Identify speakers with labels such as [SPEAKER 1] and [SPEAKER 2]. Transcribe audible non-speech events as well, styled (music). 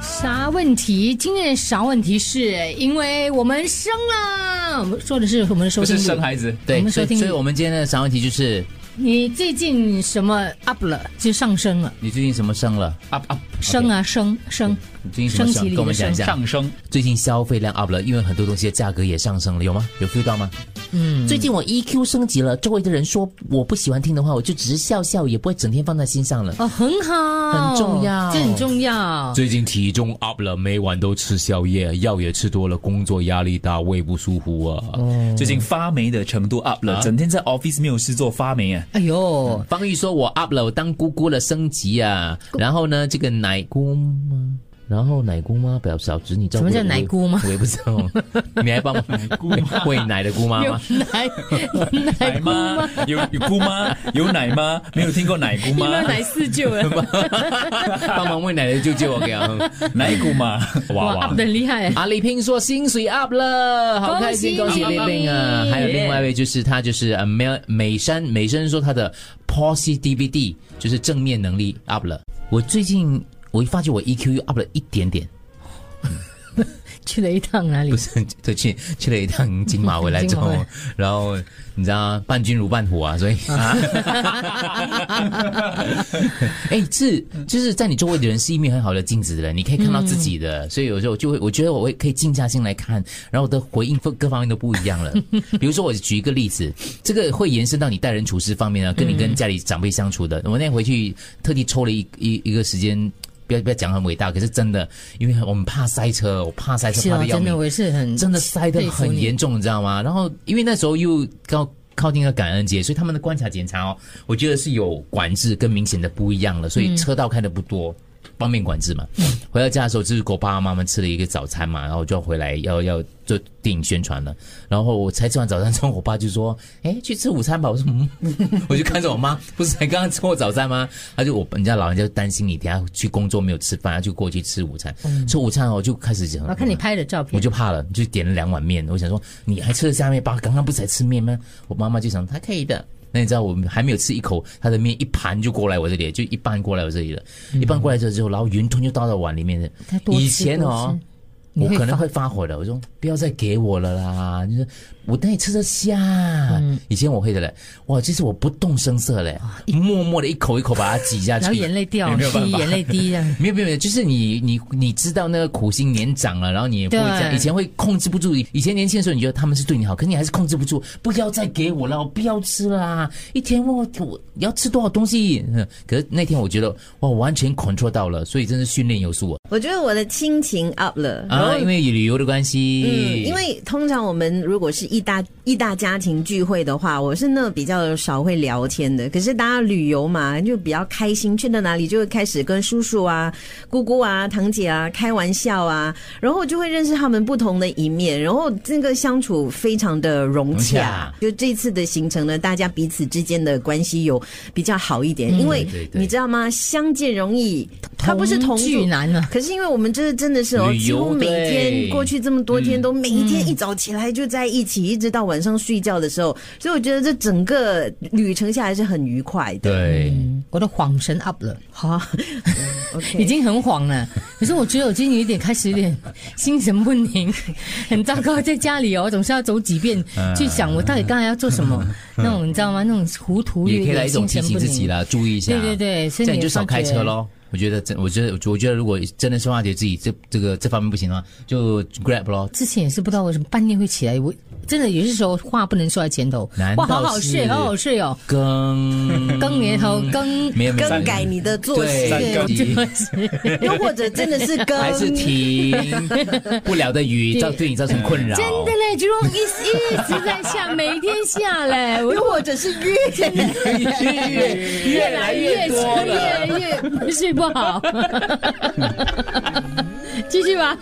[SPEAKER 1] 啥问题？今天的啥问题是因为我们生了，我们说的是我们的收
[SPEAKER 2] 不
[SPEAKER 1] 听
[SPEAKER 2] 是
[SPEAKER 1] 率。
[SPEAKER 2] 生孩子，
[SPEAKER 1] 我
[SPEAKER 3] 对，
[SPEAKER 1] 们
[SPEAKER 3] 所
[SPEAKER 1] 收
[SPEAKER 3] 以
[SPEAKER 1] 听
[SPEAKER 3] 所
[SPEAKER 1] 率
[SPEAKER 3] 以我们今天的小问题就是，
[SPEAKER 1] 你最近什么 up 了，就上升了，
[SPEAKER 3] 你最近什么升了？
[SPEAKER 2] up up
[SPEAKER 1] 升啊升升，
[SPEAKER 3] 你最近什么
[SPEAKER 1] 升级
[SPEAKER 3] 升？
[SPEAKER 1] 里
[SPEAKER 3] 跟我们
[SPEAKER 1] 的
[SPEAKER 3] 讲一
[SPEAKER 1] 升
[SPEAKER 3] 下。
[SPEAKER 2] 上升，
[SPEAKER 3] 最近消费量 up 了，因为很多东西的价格也上升了，有吗？有 feel 到吗？嗯，最近我 EQ 升级了，周围的人说我不喜欢听的话，我就只是笑笑，也不会整天放在心上了。
[SPEAKER 1] 哦，很好，
[SPEAKER 3] 很重要
[SPEAKER 1] 这很重要。
[SPEAKER 4] 最近体重 up 了，每晚都吃宵夜，药也吃多了，工作压力大，胃不舒服啊。
[SPEAKER 2] 最近发霉的程度 up 了，整天在 office 没有事做发霉啊。
[SPEAKER 1] 哎呦，
[SPEAKER 3] 方玉说：“我 up 了，我当姑姑了，升级啊。然后呢，这个奶姑妈，然后奶姑妈表小侄女照顾
[SPEAKER 1] 什么
[SPEAKER 3] 的
[SPEAKER 1] 叫奶姑妈
[SPEAKER 3] 我也我也不知道， (laughs) 你还
[SPEAKER 1] (laughs)
[SPEAKER 3] 帮忙姑喂奶的姑妈
[SPEAKER 1] 有 (laughs)
[SPEAKER 3] 吗？
[SPEAKER 1] 奶奶
[SPEAKER 2] (laughs) 奶
[SPEAKER 1] 姑
[SPEAKER 2] 妈
[SPEAKER 1] 吗？
[SPEAKER 2] 有有姑妈有奶妈，没 (laughs) 有听过奶姑
[SPEAKER 1] 有没
[SPEAKER 2] 妈
[SPEAKER 1] 有奶四舅啊？
[SPEAKER 3] 帮忙喂奶的舅舅，我跟你啊讲。
[SPEAKER 2] 奶姑妈
[SPEAKER 1] 哇
[SPEAKER 2] (laughs) 哇
[SPEAKER 1] ，up 的
[SPEAKER 2] 哇，
[SPEAKER 1] 很厉害。
[SPEAKER 3] 阿丽拼说薪水 up 了，好开心，
[SPEAKER 1] 恭
[SPEAKER 3] 恭
[SPEAKER 1] 喜
[SPEAKER 3] 喜丽萍啊！还有另外一位就是她就是呃美美山美山说她的 positivity 就是正面能力 up 了。我最近我发觉我 EQ 又 up 了一点点。”
[SPEAKER 1] 去了一趟哪里
[SPEAKER 3] 不？ (laughs) 是，就去去了一趟金马回来之
[SPEAKER 1] 金马
[SPEAKER 3] 后
[SPEAKER 1] 回来，
[SPEAKER 3] 然后你知道伴君如伴虎啊，所以， (laughs) 哎，是就是在你周围的人是一面很好的镜子的，你可以看到自己的，所以有时候我就会我觉得我会可以静下心来看，然后我的回应各各方面都不一样 (laughs) 了。比如说我举一个例子，这个会延伸到你待人处事方面啊，跟你跟家里长辈相处的。我那天回去特地抽了一一一个时间。不要不要讲很伟大，可是真的，因为我们怕塞车，我怕塞车，
[SPEAKER 1] 是
[SPEAKER 3] 怕
[SPEAKER 1] 啊
[SPEAKER 3] 的，要
[SPEAKER 1] 真
[SPEAKER 3] 命
[SPEAKER 1] 的，。我也是很
[SPEAKER 3] 真的塞得
[SPEAKER 1] 佩服
[SPEAKER 3] 很
[SPEAKER 1] 你
[SPEAKER 3] 严重，你知道吗？然后因为那时候又靠靠近了感恩节，所以他们的关卡检查哦，我觉得是有管制跟明显的不一样了，所以
[SPEAKER 1] 嗯
[SPEAKER 3] 车道开的不多。方便管制嘛，回到家的时候就是给我爸爸妈妈吃了一个早餐嘛，然后就要回来要要做电影宣传了。然后我才吃完早餐之后，我爸就说：“哎，去吃午餐吧。”我说：“嗯。” (laughs) 我就看着我妈，不是才刚刚吃过早餐吗？他就我人家老人家就担心你等下去工作没有吃饭，他就过去吃午餐。
[SPEAKER 1] 嗯
[SPEAKER 3] 吃午餐哦，我就开始讲，
[SPEAKER 1] 我看你拍的照片，
[SPEAKER 3] 我就怕了，就点了两碗面。我想说，你还吃得下面吧？刚刚不是才吃面吗？我妈妈就想，她可以的。那你知道我还没有吃一口，她的面一盘就过来我这里，就一半过来我这里了，一半过来这之后，然后云吞就倒到碗里面了
[SPEAKER 1] 他。嗯多吃
[SPEAKER 3] 以前
[SPEAKER 1] 多
[SPEAKER 3] 哦
[SPEAKER 1] 吃，你
[SPEAKER 3] 我
[SPEAKER 1] 会
[SPEAKER 3] 可能
[SPEAKER 1] 发
[SPEAKER 3] 会发火的，我说不要再给我了啦，就是我哪里吃得下？
[SPEAKER 1] 嗯
[SPEAKER 3] 以前我会的嘞，哇，这次我不动声色嘞，默默的一口一口把它挤下
[SPEAKER 1] 啊
[SPEAKER 3] 去，
[SPEAKER 1] 然后眼泪掉，
[SPEAKER 2] 没有办
[SPEAKER 1] 滴
[SPEAKER 2] 法
[SPEAKER 1] 眼泪滴这样。
[SPEAKER 3] 没有没有没有，就是你你你知道那个苦心年长了，然后你也不会这样。
[SPEAKER 1] 对
[SPEAKER 3] 以前会控制不住，以前年轻的时候你觉得他们是对你好，可是你还是控制不住，不要再给我了，我不要吃啦！一天问我我要吃多少东西？嗯，可是那天我觉得哇，完全 control 到了，所以真是训练有素啊！
[SPEAKER 5] 我觉得我的心情 up 了，然后
[SPEAKER 3] 啊，因为旅游的关系，
[SPEAKER 5] 嗯，因为通常我们如果是一大一大家庭聚会的话，我是那种比较少会聊天的。可是大家旅游嘛，就比较开心，去到哪里就会开始跟叔叔啊、姑姑啊、堂姐啊开玩笑啊，然后就会认识他们不同的一面，然后这个相处非常的融
[SPEAKER 3] 融
[SPEAKER 5] 洽
[SPEAKER 3] 洽。
[SPEAKER 5] 就这次的行程呢，大家彼此之间的关系有比较好一点，因为
[SPEAKER 3] 嗯对对对
[SPEAKER 5] 你知道吗？相见容易，它不是同
[SPEAKER 1] 聚
[SPEAKER 5] 住
[SPEAKER 1] 难啊，
[SPEAKER 5] 可是因为我们这真的是哦，
[SPEAKER 3] 旅
[SPEAKER 5] 几
[SPEAKER 3] 游
[SPEAKER 5] 乎每
[SPEAKER 3] 对
[SPEAKER 5] 天过去这么多
[SPEAKER 3] 嗯
[SPEAKER 5] 天，都每一天一早起来就在一起，一直到晚上睡觉的时候，所以我觉得这整个旅程下来是很愉快的。
[SPEAKER 3] 对，
[SPEAKER 1] 我的恍神 up 了，
[SPEAKER 5] 好
[SPEAKER 1] (laughs)
[SPEAKER 3] 嗯
[SPEAKER 5] ，OK，
[SPEAKER 1] 已经很恍了。可是我觉得我最近有点开始有点心神不
[SPEAKER 3] (laughs)
[SPEAKER 1] 宁，很糟糕。在家里哦，总是要走几遍
[SPEAKER 3] 嗯
[SPEAKER 1] 去想我到底刚才要做什么，那种你知道吗？那种糊涂
[SPEAKER 3] 也
[SPEAKER 1] 有
[SPEAKER 3] 可以来
[SPEAKER 1] 点
[SPEAKER 3] 一种
[SPEAKER 1] 心神
[SPEAKER 3] 提醒
[SPEAKER 1] 不
[SPEAKER 3] 自己
[SPEAKER 1] 宁。
[SPEAKER 3] 啦，注意一下。
[SPEAKER 1] 对对对所以
[SPEAKER 3] 这样
[SPEAKER 1] 你
[SPEAKER 3] 你就
[SPEAKER 1] 也
[SPEAKER 3] 少
[SPEAKER 1] 发
[SPEAKER 3] 开
[SPEAKER 1] 觉
[SPEAKER 3] 车喽。我觉得真，我觉得我觉得如果真的是发觉自己这这个这方面不行的话，就 grab 咯。
[SPEAKER 1] 之前也是不知道为什么半夜会起来，我真的有些时候话不能说在前头
[SPEAKER 3] 难。
[SPEAKER 1] 哇，
[SPEAKER 3] 道
[SPEAKER 1] 好好睡，
[SPEAKER 3] 是嗯
[SPEAKER 1] 好好睡哦，
[SPEAKER 3] 更
[SPEAKER 1] 更年头更。
[SPEAKER 3] 没有没有
[SPEAKER 5] 更改你的作息，
[SPEAKER 3] 对
[SPEAKER 1] 对，我就
[SPEAKER 3] 更
[SPEAKER 1] 是
[SPEAKER 5] 又或者真的是更
[SPEAKER 3] 还是停不了的雨，造对你造成困扰。
[SPEAKER 1] 真的嘞，就一一直在下，每天下
[SPEAKER 3] (laughs)
[SPEAKER 1] 嘞，我
[SPEAKER 5] 又或者是越真的
[SPEAKER 1] (laughs)
[SPEAKER 3] 越
[SPEAKER 1] 越来越多
[SPEAKER 3] 多
[SPEAKER 1] (laughs) 越来越睡 (laughs) 不好。继续吧。